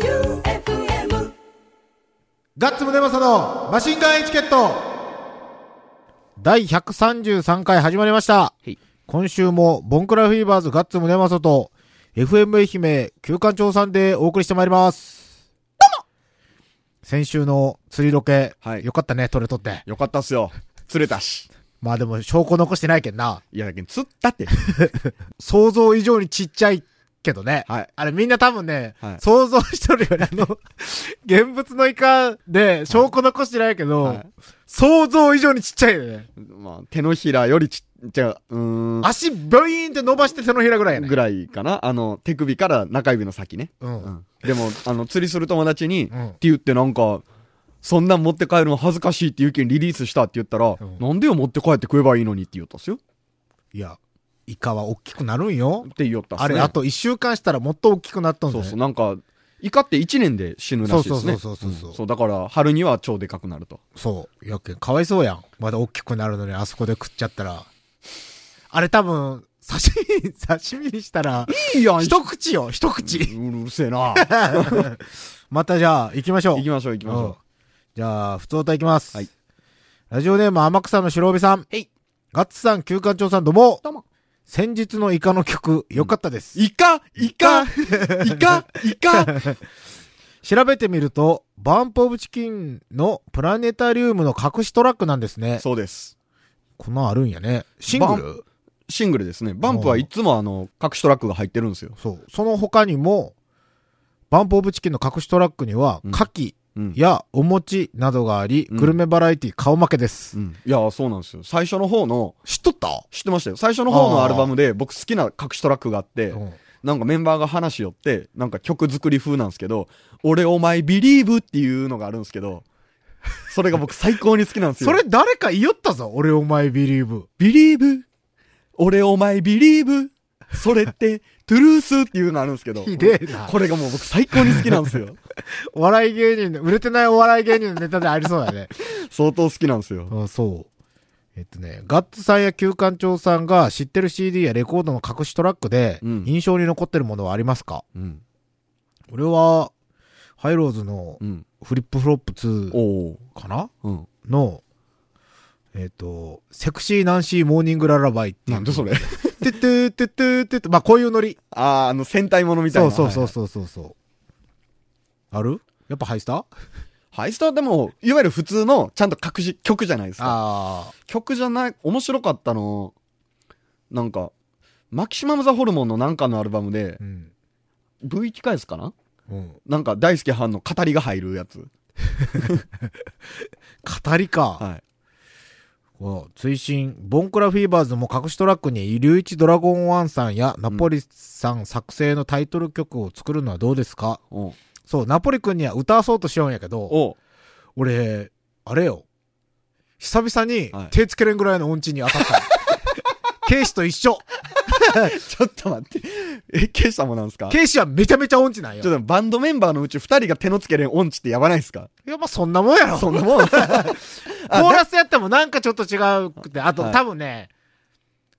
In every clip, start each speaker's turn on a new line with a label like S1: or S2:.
S1: J-O-E-U-F-M
S2: ガッツムネマソのマシンガンエチケット第133回始まりました。
S3: い
S2: 今週もボンクラフィーバーズガッツムネマソと FM 愛媛旧館長さんでお送りしてまいります。先週の釣りロケ、
S3: はい
S2: よかったね、取れとって。
S3: よかったっすよ。釣れたし。
S2: まあでも証拠残してないけんな。
S3: いや、だけど釣ったって。
S2: 想像以上にちっちゃいけどね。
S3: はい。
S2: あれみんな多分ね、
S3: はい
S2: 想像しとるよね。あ の、現物のイカで証拠残してないけど、
S3: はい
S2: 想像以上にちっちゃいよね。
S3: まあ、手のひらよりちっちゃい、うーん。
S2: 足、ビョイーンって伸ばして手のひらぐらいやね。
S3: ぐらいかなあの、手首から中指の先ね。
S2: うん。
S3: う
S2: うん
S3: ん。でも、あの、釣りする友達に、
S2: うん
S3: って言ってなんか、そんなん持って帰るの恥ずかしいっていう意見リリースしたって言ったら、
S2: うん
S3: なんでよ持って帰って食えばいいのにって言ったっすよ。
S2: いや、イカは大きくなるんよ。
S3: って言ったっすね。
S2: あれ、あと一週間したらもっと大きくなったんだ
S3: そう
S2: よ。
S3: そう、なんか、イカって1年で死ぬらしいですね。
S2: そうそうそうそうそうそうん
S3: だから、春には超でかくなると。
S2: そう。やっけん、かわいそうやん。まだ大きくなるのにあそこで食っちゃったら。あれ多分、刺身、 刺身にしたら、
S3: いいやん、
S2: 一口よ、一口。
S3: うるせえ な。
S2: またじゃあ、行きましょう。
S3: 行きましょう、行きまし
S2: うん
S3: ょ
S2: じゃあ、普通歌いきます。
S3: はい
S2: ラジオネーム、天草の白帯さん。
S3: う。えい。
S2: ガッツさん、旧館長さん、どうも。
S3: どうも
S2: 先日のイカの曲、良かったです。
S3: イカイカイカイカ
S2: 調べてみると、バンプオブチキンのプラネタリウムの隠しトラックなんですね。
S3: そうです。
S2: こんなんあるんやね。シング
S3: バ
S2: ル
S3: シングルですね。バンプはいつもあの、隠しトラックが入ってるんですよ。
S2: そう。その他にも、バンプオブチキンの隠しトラックには、
S3: うん
S2: 牡蠣
S3: うん。いや、
S2: やお餅などがあり、
S3: うん
S2: グルメバラエティ顔負けです。
S3: そうなんですよ。最初の方の、
S2: 知っとった
S3: 知ってましたよ。最初の方のアルバムで僕好きな隠しトラックがあって、
S2: うん
S3: なんかメンバーが話し寄って、なんか曲作り風なんですけど、俺お前ビリーブっていうのがあるんですけど、それが僕最高に好きなんですよ。
S2: それ誰か言いよったぞ。俺お前ビリーブ。
S3: ビリーブ俺お前ビリーブそれって、トゥルースっていうのがあるんですけど。
S2: ひでえな
S3: これがもう僕最高に好きなんですよ。
S2: お笑い芸人の、売れてないお笑い芸人のネタでありそうだね。
S3: 相当好きなんですよ。
S2: あそう。えっとね、ガッツさんや旧館長さんが知ってる CD やレコードの隠しトラックで
S3: うん
S2: 印象に残ってるものはありますか、
S3: うん。
S2: 俺は、ハイローズの
S3: うん。
S2: フリップフロップ2
S3: お
S2: かな
S3: うん。
S2: の、えっ、と、セクシーナンシーモーニングララバイっていう。
S3: なんでそれ
S2: てってってってってって、まあこういうノリ。
S3: ああ、あの、戦隊ものみたい
S2: そ
S3: な。
S2: うそうそう
S3: はい
S2: そうそうそう。あるやっぱハイスター
S3: ハイスターでも、いわゆる普通の、ちゃんと隠し、曲じゃないですか。
S2: ああ。
S3: 曲じゃない、面白かったの、なんか、マキシマム・ザ・ホルモンのなんかのアルバムで
S2: う、ん。
S3: V 機返すかな
S2: うん。
S3: なんか、大輔班の語りが入るやつ。
S2: 語りか。
S3: はい。
S2: を追伸ボンクラフィーバーズも隠しトラックに龍一ドラゴンワンさんやナポリさん作成のタイトル曲を作るのはどうですか、
S3: おう
S2: そうナポリ君には歌わそうとしようんやけど
S3: おう
S2: 俺あれよ久々に
S3: はい
S2: 手つけれんぐらいの音痴に当たった、 ケイシと一緒
S3: ちょっと待って。え、ケイさんもなんですかちょ
S2: ケイシはめちゃめちゃ音痴なんよ
S3: っとバンドメンバーのうち二人が手のつけれん音痴ってやばないですか
S2: いやまあそんなもんやろ
S3: そん なも
S2: コ
S3: ん。
S2: ーラスやってもなんかちょっと違うくてあと、
S3: はい
S2: 多分ね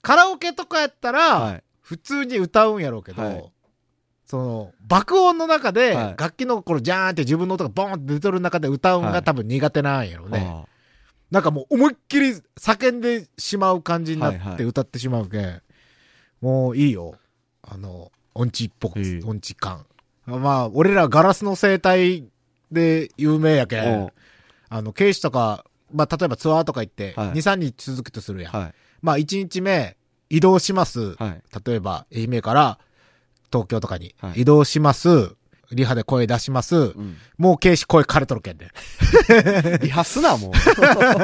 S2: カラオケとかやったら、
S3: はい。
S2: 普通に歌うんやろうけど、
S3: はい
S2: その爆音の中で
S3: はい
S2: 楽器のこのジャーンって自分の音がボーンって出とる中で歌うん
S3: は
S2: が
S3: い
S2: 多分苦手なんやろうね、
S3: ああ
S2: なんかもう思いっきり叫んでしまう感じにな
S3: はい
S2: っ
S3: は
S2: て
S3: い
S2: 歌ってしまうけん、もういいよあの音痴っぽく
S3: へえ
S2: 音痴感まあ俺らガラスの生態で有名やけ
S3: お
S2: ん
S3: う
S2: あの警視とか、まあ、例えばツアーとか行って
S3: はい
S2: 23日続くとするやん、
S3: はい。
S2: まあ1日目移動します、
S3: はい。
S2: 例えば愛媛から東京とかに
S3: はい
S2: 移動します、リハで声出します、
S3: うん。
S2: もう軽視声枯れとるけん ね。
S3: リハすな、もう。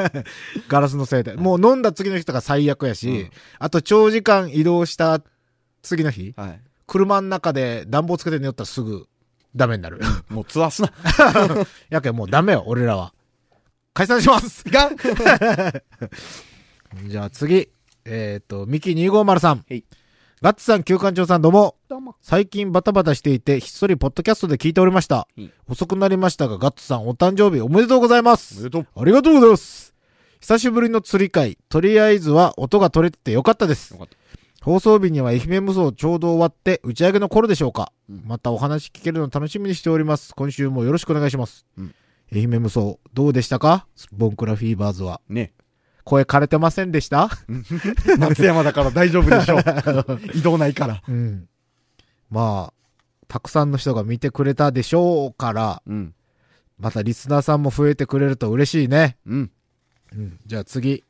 S2: ガラスのせいで。もう飲んだ次の日とか最悪やし、
S3: うん
S2: あと長時間移動した次の日、
S3: はい。
S2: 車の中で暖房つけて寝よったらすぐダメになる。
S3: もうツアーすな。
S2: やけんもうダメよ、俺らは。解散します
S3: が
S2: じゃあ次。えっ、と、ミキ250さん
S3: はい。
S2: ガッツさん、旧館長さん、どうも。
S3: どうも。
S2: 最近バタバタしていて、ひっそりポッドキャストで聞いておりました
S3: うん。
S2: 遅くなりましたが、ガッツさんお誕生日おめでとうございま
S3: おめ
S2: す
S3: で。とう。
S2: ありがとうございます。久しぶりの釣り会、とりあえずは音が取れててよかったです
S3: よかっ。
S2: 放送日には愛媛無双ちょうど終わって打ち上げの頃でしょうか。
S3: うん
S2: またお話聞けるの楽しみにしております。今週もよろしくお願いします。
S3: うん
S2: 愛媛無双、どうでしたかボンクラフィーバーズは。
S3: ね。
S2: 声枯れてませんでした
S3: 松山だから大丈夫で しょう。移動ないから。
S2: うん。まあ、たくさんの人が見てくれたでしょうから、
S3: うん。
S2: またリスナーさんも増えてくれると嬉しいね。
S3: うん。
S2: うん。じゃあ次。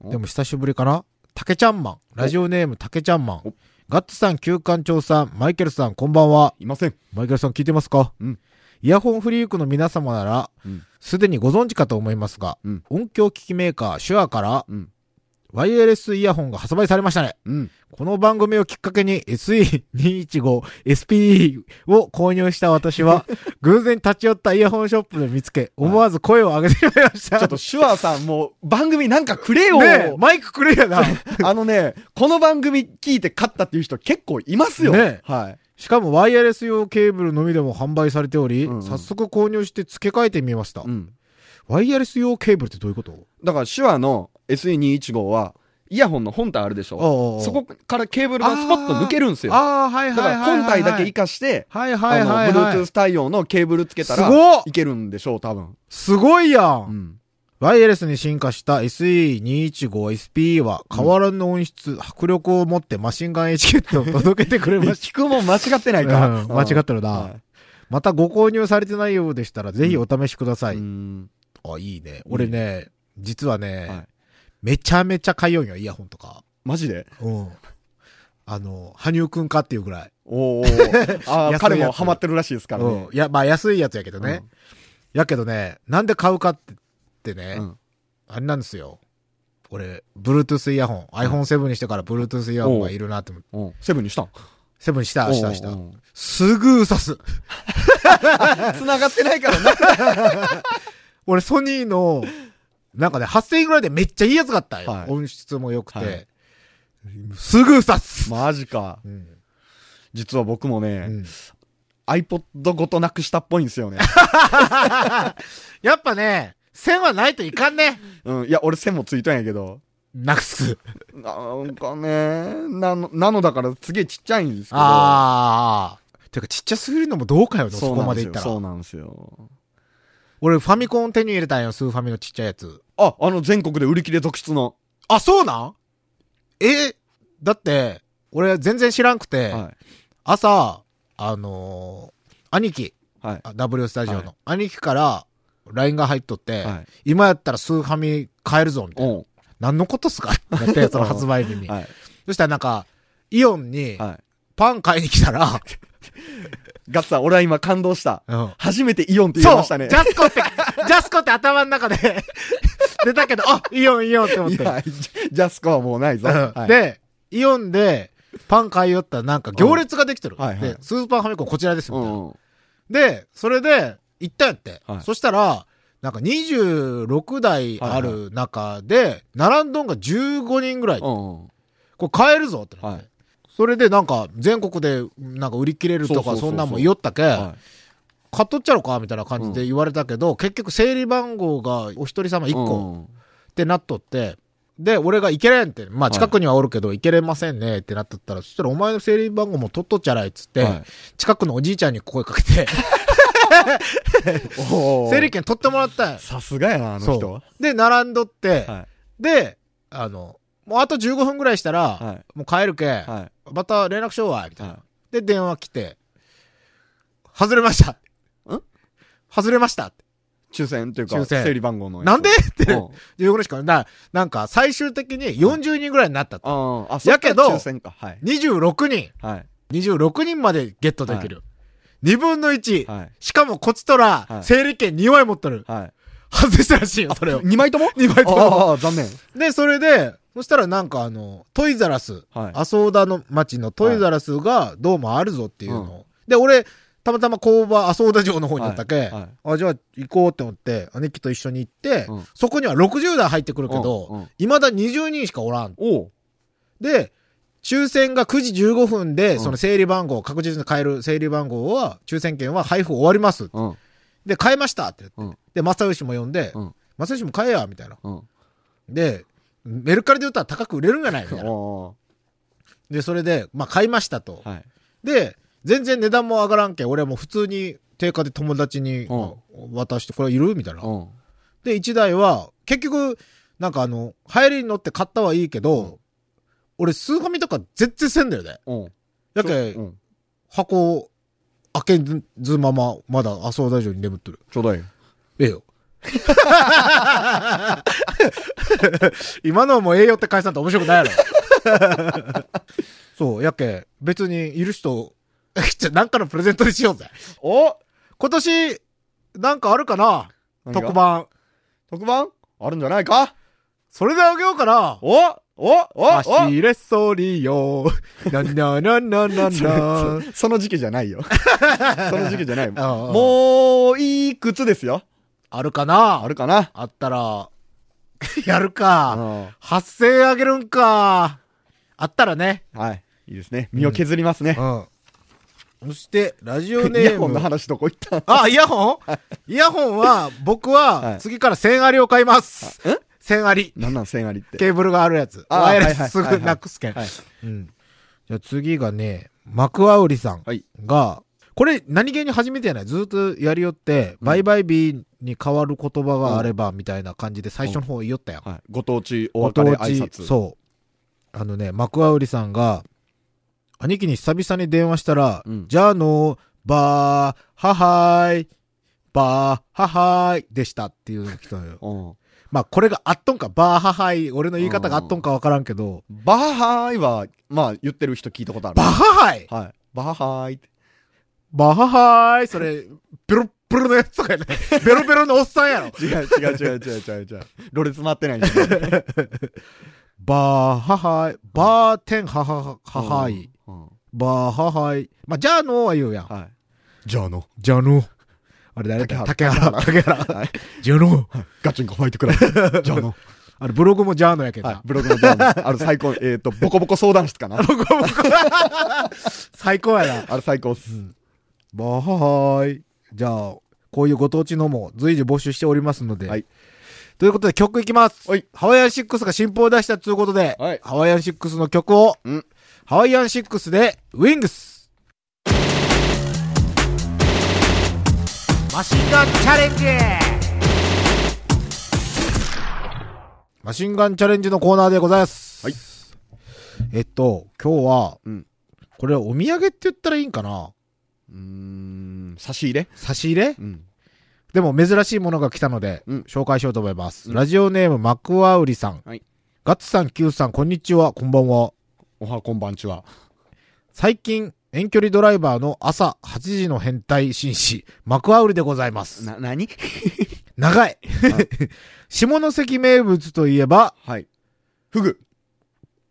S3: お
S2: でも久しぶりかなたけちゃんマン。ラジオネームたけちゃんマン
S3: お。
S2: ガッツさん、旧館長さん、マイケルさん、こんばんは。
S3: いません。
S2: マイケルさん聞いてますか、
S3: うん
S2: イヤホンフリークの皆様なら
S3: うん、
S2: すで、にご存知かと思いますが、
S3: うん
S2: 音響機器メーカー、シュアから、
S3: うん。
S2: ワイヤレスイヤホンが発売されましたね。
S3: うん。
S2: この番組をきっかけに SE215 SPE を購入した私 は、偶然立ち寄ったイヤホンショップで見つけ、思わず声を上げてしまいました。
S3: ちょっとシュワさんもう番組なんかくれよ、
S2: ねえマイクくれよな。
S3: あのね、この番組聞いて勝ったっていう人結構いますよ。
S2: ね
S3: は
S2: しかもワイヤレス用ケーブルのみでも販売されており、
S3: うんうん
S2: 早速購入して付け替えてみました、
S3: い。うん。
S2: ワイヤレス用ケーブルってどういうこと
S3: だから手話の SE215 はイヤホンの本体あるでしょ
S2: おうおうおう
S3: そこからケーブルがスポッと抜けるんですよだ
S2: ああ、はいはい
S3: か
S2: はい
S3: ら
S2: はい
S3: 本
S2: はい。
S3: 体だけ活かして
S2: はい
S3: あ
S2: はい
S3: の
S2: はいはい。
S3: Bluetooth 対応のケーブルつけた
S2: すご
S3: ら
S2: っ
S3: いけるんでしょう多分
S2: すごいや。
S3: うんん
S2: ワイヤレスに進化した SE215SPE は変わらぬ音質、迫力を持ってマシンガンエチケットを届けてくれまし
S3: 聞くもん間違ってな
S2: た。
S3: いから
S2: うん 間違ってる
S3: た
S2: な。またご購入されてないようでしたら、ぜひお試しくださ。
S3: はいうん
S2: あ、いいね。俺ね、実はね、
S3: はい
S2: めちゃめちゃ通うんよ、イヤホンとか。
S3: マジで
S2: うん。あの、羽生くんかっていうぐらい。
S3: おーおー あ
S2: 安い
S3: ー
S2: やつ
S3: 彼もハマってるらしいですからね
S2: うん。いや、まあ安いやつやけどね。やけどね、なんで買うかってってね、
S3: うん
S2: あれなんですよ。俺、Bluetooth イヤホン、iPhone7 にしてから Bluetooth イヤホンがいるなって思って、
S3: うんセブンにしたん
S2: 7した、した、した
S3: おう。おう
S2: すぐうさす。
S3: おう繋がってないからな
S2: 俺、ソニーの、なんかね、8000円ぐらいでめっちゃいいやつがあったよ。
S3: はい
S2: 音質も良くて。
S3: はい
S2: すぐうさす、
S3: マジか
S2: うん
S3: 実は僕
S2: う
S3: もね
S2: ん
S3: iPod ごとなくしたっぽいんです よね
S2: やっぱね、線はないといかんね。
S3: うん、いや、俺線もついたんやけど。
S2: なくす。
S3: なんかね、なの、なのだからすげえちっちゃいんですけど。
S2: ああ。てか、ちっちゃすぎるのもどうかよな、そ
S3: そう
S2: こ
S3: な
S2: ま
S3: ん
S2: で
S3: で
S2: すいっ
S3: よ。
S2: た
S3: そう
S2: ら。
S3: なんですよ。
S2: 俺、ファミコン手に入れたんよ、スーファミのちっちゃいやつ。
S3: あ、あの全国で売り切れ続出の。
S2: あ、そうなんえ、だって、俺全然知らんくて、
S3: は
S2: 朝、あのー兄貴、
S3: い。はい。
S2: あ W スタジオの、
S3: は
S2: 兄貴から LINE が入っとって、
S3: はい。
S2: 今やったらスーファミ買えるぞ、みたいな。
S3: おん。
S2: 何のことっすか ってなって、その発売日に。
S3: はい。
S2: そしたらなんか、イオンに
S3: は
S2: パン買いに来たら、
S3: い。ガッツさん、俺は今感動した。
S2: うん
S3: 初めてイオンって言い
S2: そ
S3: ま
S2: う、
S3: し
S2: ジ
S3: たね。
S2: ャスコって、ジャスコって頭の中で 出たけど、あ、イオンイオンって思っ
S3: い
S2: て。
S3: や、ジャジャスコはもうないぞ。
S2: うん
S3: はい、
S2: で、イオンで、パン買いよったらなんか行列ができてる。
S3: うんはいはい
S2: で、スーパーファミコンこちらです
S3: う
S2: みたいな。
S3: ん。は
S2: で、それで、行ったんやって。
S3: はい
S2: そしたら、なんか26台ある中で、並んどんが15人ぐらい。
S3: い。うん。
S2: これ買えるぞってなって。
S3: はい。
S2: それでなんか、全国でなんか売り切れると
S3: そうそう
S2: か、
S3: そうそう
S2: そんなんも言おったけ、
S3: は
S2: 買っとっちゃろかみたいな感じで言われたけど、結局整理番号がお一人様
S3: い。
S2: 1個。ってなっとって、で、俺が行けれんって、まあ
S3: はい
S2: 近くにはおるけど行けれませんねってなっとったら、そしたらお前の整理番号も取っとっちゃらいっつって、
S3: はい
S2: 近くのおじいちゃんに声かけて、
S3: うん。 おお。
S2: 整理券取ってもらったんや。
S3: さすがやな、あの
S2: そう
S3: 人は。
S2: で、並んどって、
S3: は
S2: で、あの、もうあと15分ぐらいしたら、
S3: い。はい。
S2: もう帰るけ、
S3: は
S2: また連絡しようわ、み
S3: い。
S2: たいな。
S3: は
S2: で、電話来て、外れました。
S3: ん
S2: 外れましたって。
S3: い。抽選というか、
S2: 抽選
S3: 整理番号のやつ。
S2: なんでって、
S3: うん
S2: 15分しかな、なんか最終的に40人ぐらいになったって。
S3: あーあ、
S2: やけど
S3: そっから抽選か。はい。
S2: 26人。
S3: はい。
S2: 26人までゲットできる。2分の1。
S3: はい。
S2: しかもこっちとら、
S3: はい
S2: 整理券2枚持っとる。
S3: はい。
S2: 外したらしいよ、それを。
S3: 2枚とも
S2: 2枚とも。
S3: ああ、残念。
S2: で、それで、そしたらなんかあの、トイザラス、
S3: はい
S2: アソーダの町のトイザラスがどうもあるぞっていうのを。
S3: は
S2: で、俺、たまたま工場、アソーダ城の方にあったけ、
S3: はいはい
S2: あ、じゃあ行こうって思って、兄貴と一緒に行って、
S3: うん
S2: そこには60台入ってくるけ
S3: うんう
S2: ど
S3: ん、
S2: いま、だ20人しかおらん。
S3: おう
S2: で、抽選が9時15分で、
S3: ん
S2: その整理番号、確実に変える整理番号は、抽選券は配布終わります。
S3: うん。
S2: で、変えましたって
S3: う
S2: 言っ
S3: ん
S2: て。で、正義も呼んで
S3: うん、
S2: 正義も変えや、みたいな。
S3: うん。
S2: で、メルカリで売ったら高く売れるんじゃないみたいな。
S3: お
S2: で、それで、まあ買いましたと。
S3: はい。
S2: で、全然値段も上がらんけん、俺はもう普通に定価で友達に
S3: うん
S2: 渡して、これいるみたいな。
S3: うん。
S2: で、1台は、結局、なんかあの、流行りに乗って買ったはいいけど、俺、スーファミとか全然せんだよね。
S3: うん。
S2: だけ、
S3: うん。
S2: 箱を開けずまま、まだ麻生大臣に眠ってる。
S3: ちょうだいよ。
S2: ええよ。 今のもええよって返さんと面白くないやろ。 そう、やっけ、別にいる人、 じゃあなんかのプレゼントにしようぜ。
S3: お
S2: 今年、なんかあるかな特。番。
S3: 特番あるんじゃないか
S2: それであげようかな
S3: おおおお
S2: 走れそりよ。ななななな
S3: それ
S2: な。
S3: そその時期じゃないよ。 その時期じゃない。
S2: ああ
S3: もう、いくつですよ。
S2: あるかな
S3: あるかな。
S2: あったら、やる
S3: あ
S2: か。
S3: の
S2: 8000円あげるんか。あったらね。
S3: はい。いいですね。身を削りますね。
S2: うん。そして、ラジオ
S3: イ
S2: ネ
S3: ヤ
S2: ー
S3: ホンの
S2: ム。
S3: 話どこ行った
S2: あ、イヤホンイヤホンは、僕
S3: は
S2: はい次から1000ありを買います。1000あり。
S3: なんなん千ありって。
S2: ケーブルがあるやつ。
S3: あ
S2: ワイヤレ
S3: はいは
S2: ス
S3: い
S2: すぐなくすけん
S3: はい。
S2: うん。じゃあ次がね、マクワウリさん
S3: はい
S2: が、これ何気に初めてやないずっとやりよって、
S3: うん
S2: バイバイビーに変わる言葉があれば、みたいな感じで最初の方言いよったよ。
S3: はい。ご当地お別れ挨拶。う。
S2: そう。あのね、マクワウリさんが、兄貴に久々に電話したら、
S3: うん。
S2: じゃあの、ばー、ははーい、ばー、ははーい、でしたっていうのが来たのよ
S3: うん。
S2: まあ、これがあっとんか、ばー、ははーい、俺の言い方があっとんかわからんけど、
S3: バーハーイは、まあ言ってる人聞いたことある。
S2: ばーははーい
S3: はい。バーハーイって。
S2: ばーははーい、それ、ベロッベロのやつとかやね、ベロベロのおっさん やろ。
S3: 違う違う違う違う違う違う。ろれつ回ってないんですよ
S2: ばー、ははーい、ばーてん、ははは、ははーい、。
S3: うんうん
S2: ばー、ははーい。まあ、じゃあのーは言うやん。
S3: はい。じゃあの、
S2: じゃあの。あれ誰だ竹
S3: 竹
S2: 原。竹
S3: は
S2: 原
S3: い。
S2: じゃあの。
S3: ガチンコファイト クラブ。じゃあの。
S2: あれブログもじゃあのやけど
S3: はい
S2: な。。
S3: ブログのじゃあの。あれ最高。えっと、ボコボコ相談室かな。
S2: 僕は僕は最高やな。
S3: あれ最高っす。
S2: ばはーい。じゃあ、こういうご当地のも随時募集しておりますので。
S3: はい
S2: ということで曲いきます。
S3: はい
S2: ハワイアンシックスが新報を出したということで、
S3: はい
S2: ハワイアンシックスの曲を、
S3: うん
S2: ハワイアンシックスで、ウィングスマシンガンチャレンジマシンガンチャレンジのコーナーでございます。
S3: はい
S2: えっと、今日は、
S3: うん
S2: これお土産って言ったらいいんかな
S3: うーん、差し入れ
S2: 差し入れ
S3: うん。
S2: でも珍しいものが来たので、
S3: うん
S2: 紹介しようと思います。
S3: うん
S2: ラジオネーム、マクワウリさん。
S3: はい
S2: ガッツさん、キューさん、こんにちは、こんばんは。
S3: おはこんばんちは。
S2: 最近、遠距離ドライバーの朝8時の変態紳士、マクワウリでございます。
S3: な、なに
S2: 長い
S3: い。
S2: 下関名物といえば、
S3: はい。フグ。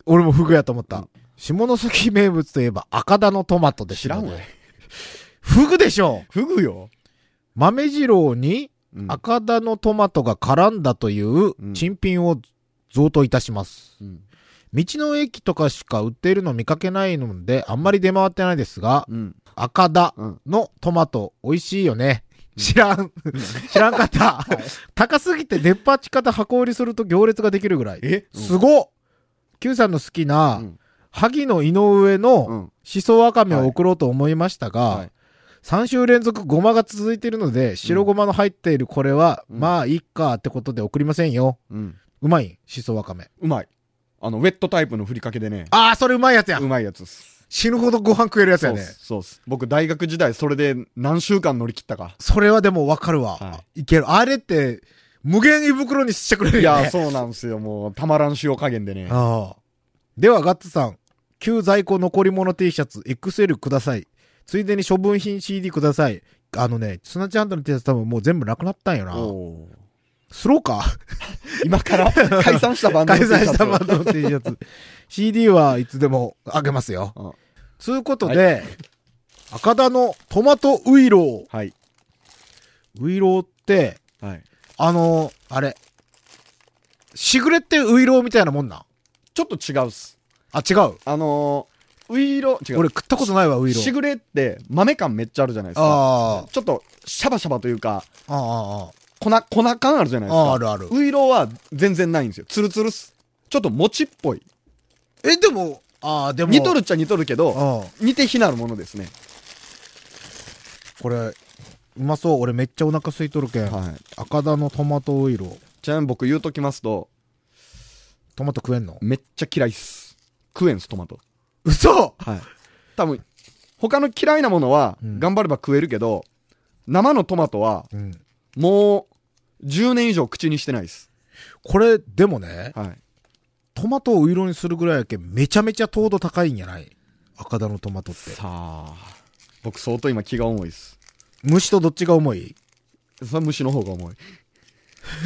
S2: 俺もフグやと思った。
S3: うん
S2: 下関名物といえば、赤田のトマトです
S3: 知
S2: の
S3: ら
S2: で。
S3: んわ。
S2: フグでしょう
S3: フグよ。
S2: 豆次郎に
S3: うん
S2: 赤田のトマトが絡んだという
S3: うん
S2: 珍品を贈答いたします。
S3: うん。
S2: 道の駅とかしか売っているの見かけないので、あんまり出回ってないですが、
S3: うん。
S2: 赤田
S3: うん。
S2: のトマト、美味しいよね。知らん。知らんか った。高すぎて出っ張ち方箱売りすると行列ができるぐらい。
S3: え
S2: すごっ !Q さんの好きな、
S3: うん
S2: 萩の井上
S3: う
S2: の
S3: ん。
S2: しそわかめを送ろうと思いましたが、
S3: はい。
S2: 3週連続ごまが続いているので、白ごまの入っているこれは、
S3: うん
S2: まあ、いっかってことで送りませんよ。
S3: うん。
S2: うまいしそわかめ。
S3: うまい。あの、ウェットタイプのふりかけでね。
S2: ああ、それうまいやつや
S3: う。まいやつっす。
S2: 死ぬほどご飯食えるやつやね。
S3: そうっ。すそうっす。僕、大学時代、それで何週間乗り切ったか
S2: それはでもわかるわ、。
S3: はい
S2: ける。あれって、無限胃袋にしてくれる
S3: い
S2: よね。
S3: や、そうなんすよ。もう、たまらん塩加減でね。
S2: ああ。では、ガッツさん、旧在庫残り物 T シャツ XL ください。ついでに処分品 CD ください。あのね、スナッチハンドの T シャツ多分もう全部なくなったんよな。
S3: おー
S2: スローか
S3: 今から解散したバンドの
S2: 開催
S3: T シャ
S2: し
S3: ツ
S2: た
S3: を
S2: バンドの T シャツ。CD はいつでもあげますよ。
S3: うん
S2: つうことで、赤田のトマトウイロ
S3: はい。
S2: ー。ウイローって、
S3: はい。
S2: あのあれ。しぐれってウイローみたいなもんなん
S3: ちょっと違うっす。
S2: あ、違う。
S3: あのー、ウイロ、違う。
S2: 俺食ったことないわ、ウイロ
S3: し
S2: ー。
S3: ぐれって豆感めっちゃあるじゃないですか。
S2: あ
S3: ちょっとシャバシャバというか、
S2: あ、ああ、あ
S3: 粉、粉感あるじゃないです
S2: あ、あ
S3: か。
S2: あるある。
S3: ウイローは全然ないんですよ。ツルツルっす。ちょっと餅っぽい。
S2: え、でも、ああ、でも。
S3: 似とるっちゃ似とるけど、
S2: ああ
S3: 似て非なるものですね。
S2: これ、うまそう。俺めっちゃお腹空いとるけん。
S3: はい。
S2: 赤田のトマトオイルを。
S3: ちなみに僕言うときますと、
S2: トマト食えんの
S3: めっちゃ嫌いっす。食えんす、トマト。
S2: 嘘
S3: はい。多分、他の嫌いなものは、
S2: うん
S3: 頑張れば食えるけど、生のトマトは、
S2: うん。
S3: もう、10年以上口にしてないです。
S2: これ、でもね、
S3: はい。
S2: トマトをお色にするぐらいやけん、めちゃめちゃ糖度高いんじゃない赤田のトマトって。
S3: さあ、僕相当今気が重いです。
S2: 虫とどっちが重い
S3: それは虫の方 が重い。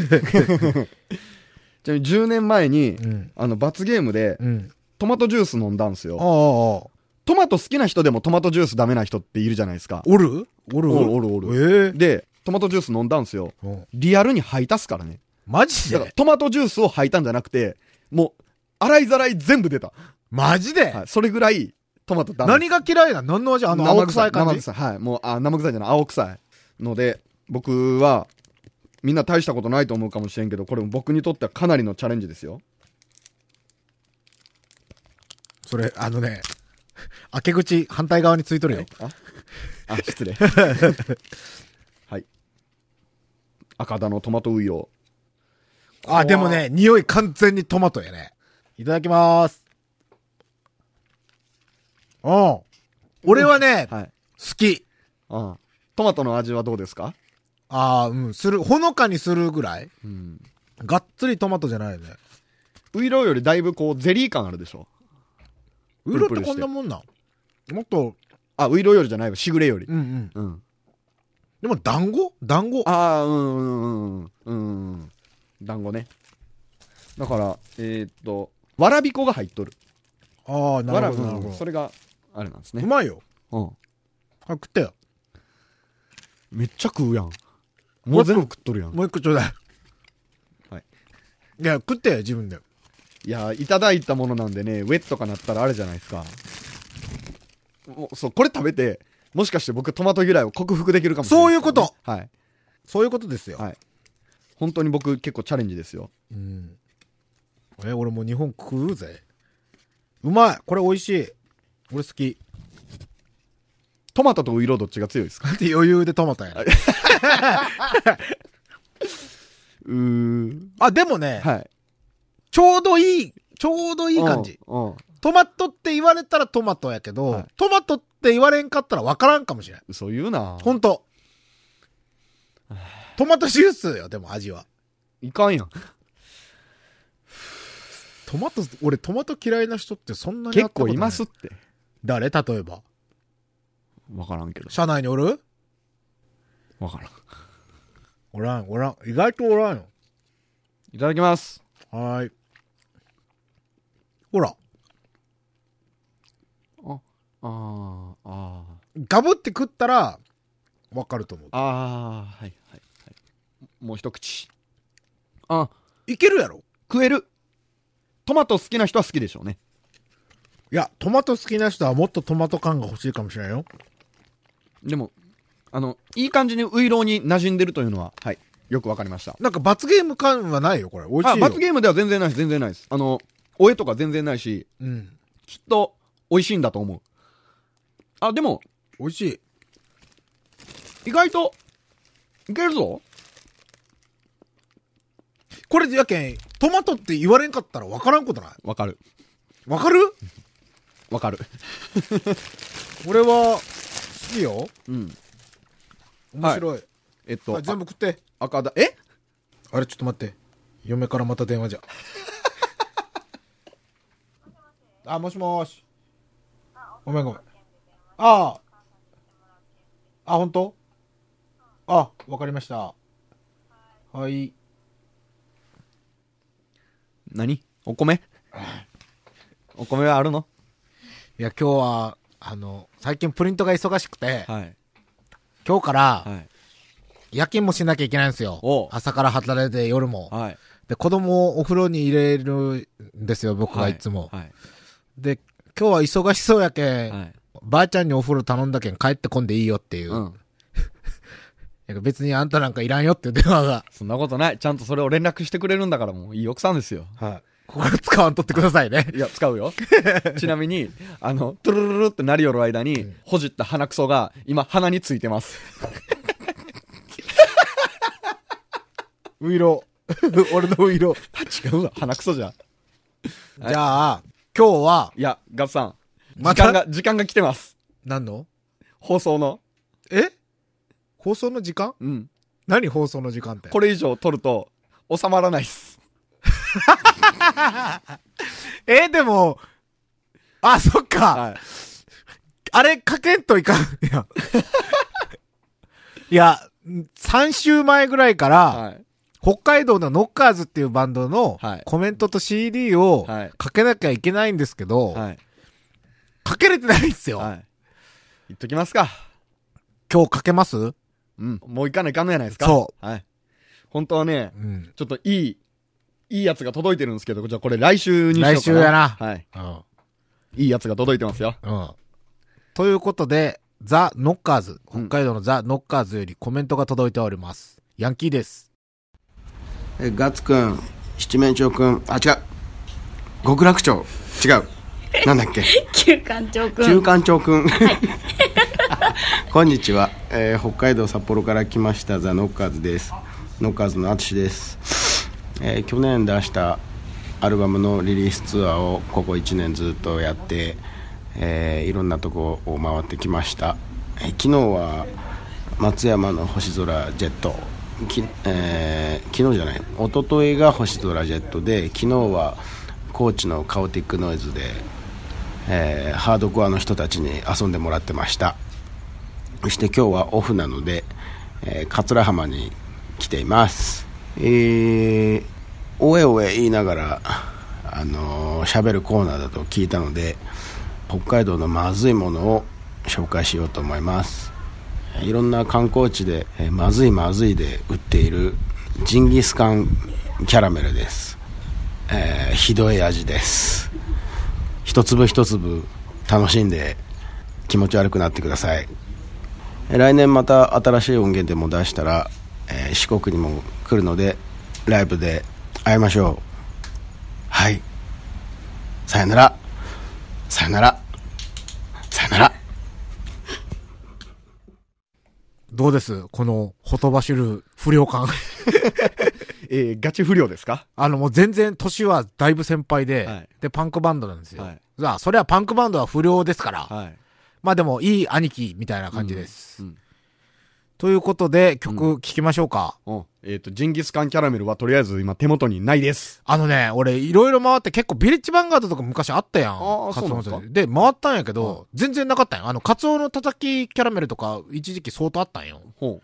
S3: ちなみに10年前に、
S2: うん。
S3: あの、罰ゲームで、
S2: うん。
S3: トマトジュース飲んだんす
S2: ああ、
S3: よ。
S2: ああ
S3: トマト好きな人でもトマトジュースダメな人っているじゃないですか。
S2: おるおる
S3: おるおるお
S2: る。え
S3: で、トマトジュース飲んだんすよ。
S2: えうん
S3: リアルに吐いたっすからね。
S2: マジ
S3: だから
S2: で
S3: トマトジュースを吐いたんじゃなくて、もう、洗いざらい全部出た。
S2: マジで
S3: はい。それぐらい、トマトダメ。
S2: 何が嫌いな何の味あの、青臭い
S3: 生
S2: 感じ
S3: 臭い。はい。もう、あ、生臭いじゃない、青臭い。ので、僕は、みんな大したことないと思うかもしれんけど、これも僕にとってはかなりのチャレンジですよ。
S2: それ、あのね、 開け口反対側についとるよ。
S3: あ、あ 失礼。はい。赤田のトマトウイロ。
S2: あ、でもね、匂い完全にトマトやね。いただきまーす。うん。俺はね、好
S3: はい。
S2: き。
S3: あトマトの味はどうですか
S2: ああ、うん、する、ほのかにするぐらい
S3: うん。
S2: がっつりトマトじゃないよね。
S3: ウイロよりだいぶこう、ゼリー感あるでしょ。
S2: ウ
S3: プ
S2: イ
S3: ル
S2: ロ
S3: プ
S2: っ
S3: ル
S2: て
S3: して
S2: こんなもんなんもっと、
S3: あ、ウイロよりじゃないわ、しぐれより。
S2: うんうん。
S3: うん。
S2: でも団子団子。
S3: ああ、うんうんうんうん。うん。団子ね。だから、えーっと、わらび粉が入っとる。
S2: ああ、な
S3: わら
S2: る
S3: び
S2: ほど、なるほ
S3: そ
S2: ど。
S3: れが、あれなんです
S2: う
S3: ね。
S2: まいよ。
S3: うん。
S2: あ、食ってよ。
S3: めっちゃ食うやん。
S2: もう全部
S3: 食っとるやん。
S2: もう一個ちょうだい。
S3: はい。
S2: いや、食ってよ、自分で。
S3: いやー、いただいたものなんでね、ウェットかなったらあれじゃないですか。もうそう、これ食べて、もしかして僕トマト嫌いを克服できるかもしれない、
S2: そういうこと
S3: はい。
S2: そういうことですよ。
S3: はい。本当に僕結構チャレンジですよ。
S2: うん。え、俺もう日本食うぜ。うまいこれ美味しい俺好き。
S3: トマトとウイロどっちが強いですか
S2: だって余裕でトマトやね。
S3: うー。
S2: あ、でもね、
S3: はい。
S2: ちょうどいい、ちょうどいい感じ。
S3: うん。うん。
S2: トマトって言われたらトマトやけど、
S3: はい
S2: トマトって言われんかったらわからんかもしれん。
S3: 嘘言うな
S2: ほんと。トマトジュースよ、でも味は。
S3: いかんやん。
S2: トマト、俺トマト嫌いな人ってそんなに会っ
S3: 結
S2: たこと
S3: 構
S2: ない
S3: ますって。
S2: 誰例えば。
S3: わからんけど。
S2: 社内におる
S3: わからん。
S2: おらん、おらん。意外とおらんよ。
S3: いただきます。
S2: はーい。ほら、
S3: ああ、あ
S2: ガブって食ったら、わかると思う。
S3: あ。ああ、はい、はい、はい。もう一口。あ、
S2: いけるやろ
S3: 食える。トマト好きな人は好きでしょうね。
S2: いや、トマト好きな人はもっとトマト感が欲しいかもしれないよ。
S3: でも、あの、いい感じにウイローに馴染んでるというのは、はい。よくわかりました。
S2: なんか罰ゲーム感はないよ、これ。美味し
S3: あ、
S2: いよ。
S3: 罰ゲームでは全然ないです、全然ないです。あの、おえとか全然ないし、
S2: うん。
S3: きっと美味しいんだと思う。あ、でも、
S2: 美味しい。
S3: 意外と、いけるぞ。
S2: これ、やけん、トマトって言われんかったらわからんことない。
S3: わかる。
S2: わかる
S3: わかる。
S2: 俺は、好きよ。
S3: うん。
S2: 面白い。
S3: えっと、
S2: はい全部食って。
S3: あ赤だ、え
S2: あれ、ちょっと待って。嫁からまた電話じゃ。 あ、もしもーし。ごめんごめん。ああ。あ、本当あ、わかりました。はい。
S3: 何お米お米はあるの
S2: いや、今日は、あの、最近プリントが忙しくて、
S3: はい。
S2: 今日から
S3: はい。
S2: 夜勤もしなきゃいけないんです
S3: おう
S2: よ。朝から働いて夜も。
S3: はい。
S2: で、子供をお風呂に入れるんですよ、僕
S3: は
S2: がいつも。
S3: はい。
S2: で、今日は忙しそうやけん、
S3: はい。
S2: ばあちゃんにお風呂頼んだけん帰ってこんでいいよっていう。
S3: うん。
S2: なんか別にあんたなんかいらんよっていう電話が。
S3: そんなことない。ちゃんとそれを連絡してくれるんだからもういい奥さんですよ。
S2: はい。ここ使わんとってくださいね。
S3: いや、使う よ。ちなみに、あの、トゥルルルルって鳴りよる間に、ほじった鼻くそが、今、鼻についてます。
S2: ウイ ロ。俺のウイ ロ。
S3: 違うわ、鼻くそじゃ。
S2: じゃあ、今日はい
S3: や、ガッツさん。
S2: ま
S3: 時
S2: た
S3: 間が、時間が来てます。
S2: 何の
S3: 放送の。
S2: え放送の時間
S3: うん。
S2: 何放送の時間って。
S3: これ以上撮ると、収まらないっす。
S2: えーでも、あ、そっか。
S3: はい。
S2: あれかけんといかん。いや。 いや、3週前ぐらいから、
S3: はい。
S2: 北海道のノッカーズっていうバンドの
S3: はい
S2: コメントと CD を
S3: はい
S2: かけなきゃいけないんですけど、
S3: はい。
S2: かけれてないんですよ。
S3: はい。言っときますか。
S2: 今日かけますう
S3: うん。もう行かないかんのやないですか。。
S2: そう
S3: はい。本当はね、
S2: ん。
S3: ちょっといい、いいやつが届いてるんですけど、じゃあこれ来週にしようか
S2: 来週やな
S3: な。はい。
S2: うん。
S3: いいやつが届いてますよ。
S2: うん。ということで、ザ・ノッカーズ、
S3: う
S2: 北
S3: ん
S2: 海道のザ・ノッカーズよりコメントが届いております。ヤンキーです。
S4: えガッツくん七面鳥くんあ違う極楽鳥違うなんだっけ
S5: 旧館長く
S4: 中
S5: ん
S4: 間鳥くん こんにちは、えー北海道札幌から来ましたザ・ノッカーズですノッカーズのあつしです、えー去年出したアルバムのリリースツアーをここ1年ずっとやって、えーいろんなとこを回ってきました、えー昨日は松山の星空ジェットき、えー昨日じゃない一昨日が星空ジェットで昨日は高知のカオティックノイズでえーハードコアの人たちに遊んでもらってましたそして今日はオフなので、えー桂浜に来ていますえー、おえおえ言いながらあのー、喋るコーナーだと聞いたので北海道のまずいものを紹介しようと思いますいろんな観光地で、えーまずいまずいで売っているジンギスカンキャラメルです、えーひどい味です一粒一粒楽しんで気持ち悪くなってくださいえ来年また新しい音源でも出したら、えー四国にも来るのでライブで会いましょうはいさよならさよならさよなら
S2: どうですこの、ほとばしる不良 感。
S3: えー、ガチ不良ですか
S2: あの、もう全然年はだいぶ先輩で、
S3: はい
S2: で、パンクバンドなんですよ。
S3: はい
S2: じゃあ、それはパンクバンドは不良ですから、
S3: はい。
S2: まあでも、いい兄貴みたいな感じです。
S3: うんうん
S2: ということで、曲聴きましょうか。
S3: うん。えっ、と、ジンギスカンキャラメルはとりあえず今手元にないです。
S2: あのね、俺、いろいろ回って結構ビレッジヴァンガードとか昔あったやん。
S3: ああ
S2: カツオのたたき
S3: そうなん
S2: で、回ったんやけど、全然なかったんや。あの、カツオのたたきキャラメルとか、一時期相当あったんよ。
S3: ほ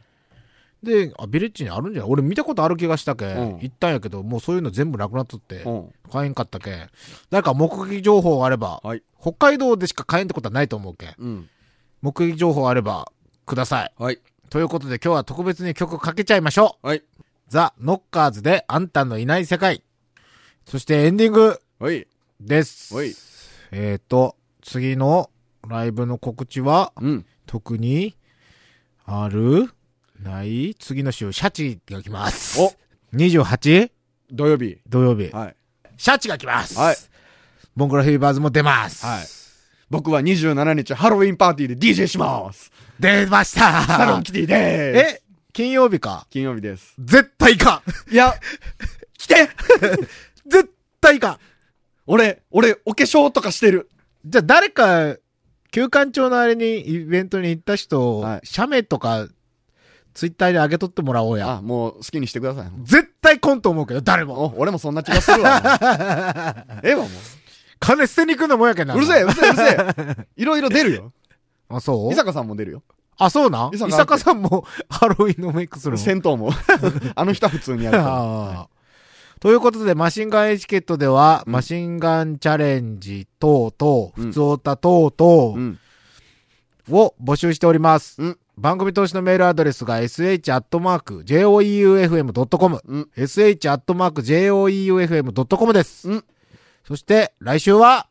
S2: で、あ、ビレッジにあるんじゃない俺見たことある気がしたけ、
S3: うん
S2: 行ったんやけど、もうそういうの全部なくなっとって
S3: う。、ほ
S2: 買えんかったけ。誰か目撃情報があれば、
S3: う。はい。
S2: 北海道でしか買えんってことはないと思うけ。
S3: うん。
S2: 目撃情報あれば、ください。
S3: はい。
S2: ということで今日は特別に曲かけちゃいましょう。
S3: はい。
S2: ザ・ノッカーズであんたのいない世界。そしてエンディング
S3: はい。
S2: です。
S3: はい
S2: えっ、と、次のライブの告知は、
S3: うん。
S2: 特に、あるない次の週、シャチが来ます。
S3: お
S2: !28?
S3: 土曜日。
S2: 土曜日。
S3: はい。
S2: シャチが来ます。
S3: はい。
S2: ボンクラヘビーバーズも出ます。
S3: はい。僕は27日ハロウィンパーティーで DJ します。
S2: 出ました
S3: サロンキティでーす。
S2: え金曜日か
S3: 金曜日です。
S2: 絶対か
S3: いや、来 て
S2: 絶対か
S3: 俺、俺、お化粧とかしてる。
S2: じゃあ誰か、休館長のあれに、イベントに行った人を、
S3: はい
S2: 写メとか、ツイッターで上げとってもらおうや。
S3: あ、もう好きにしてください。
S2: 絶対来んと思うけど、誰も。
S3: お、俺もそんな気がするわ。もう ええわ、も
S2: 金捨てに行くのもやけんな。
S3: う。うるせえ、うるせえ、うる せえ。いろいろ出るよ。
S2: あ、そう
S3: 伊坂さんも出るよ。
S2: あ、そうなん伊
S3: 伊坂
S2: 坂さんもハロウィンのメイクするの
S3: 戦闘 も。あの人は普通にやるから。
S2: あーということで、マシンガンエチケットでは、
S3: うん
S2: マシンガンチャレンジ等々、
S3: うん
S2: 普通歌等々、
S3: うん。
S2: を募集しております。
S3: うん
S2: 番組投資のメールアドレスが sh.joeufm.com、
S3: うん。
S2: sh.joeufm.com です。
S3: うん
S2: そして、来週は、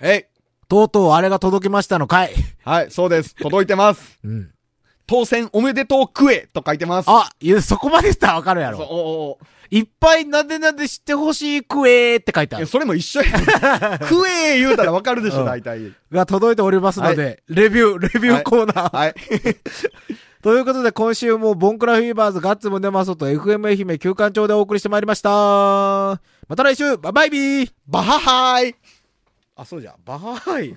S3: えい。
S2: とうとうあれが届きましたの回。
S3: はい、そうです。届いてます。
S2: うん。
S3: 当選おめでとうクエと書いてます。
S2: あ、いや、そこまでしたらわかるや
S3: そう
S2: ろ。
S3: おうおう
S2: いっぱいなでなでしてほしいクエーって書いてあ
S3: いや
S2: る。
S3: それも一緒 や。クエ言うたらわかるでし
S2: う
S3: ょ、
S2: ん
S3: 大体。
S2: が届いておりますので、レビ ュー、レビューコーナー。
S3: はい。
S2: ということで、今週もボンクラフィーバーズガッツムネマソと FM 愛媛休館長でお送りしてまいりました。また来週バイバイビー
S3: バハハイ
S2: あ、そうじゃ。バイ。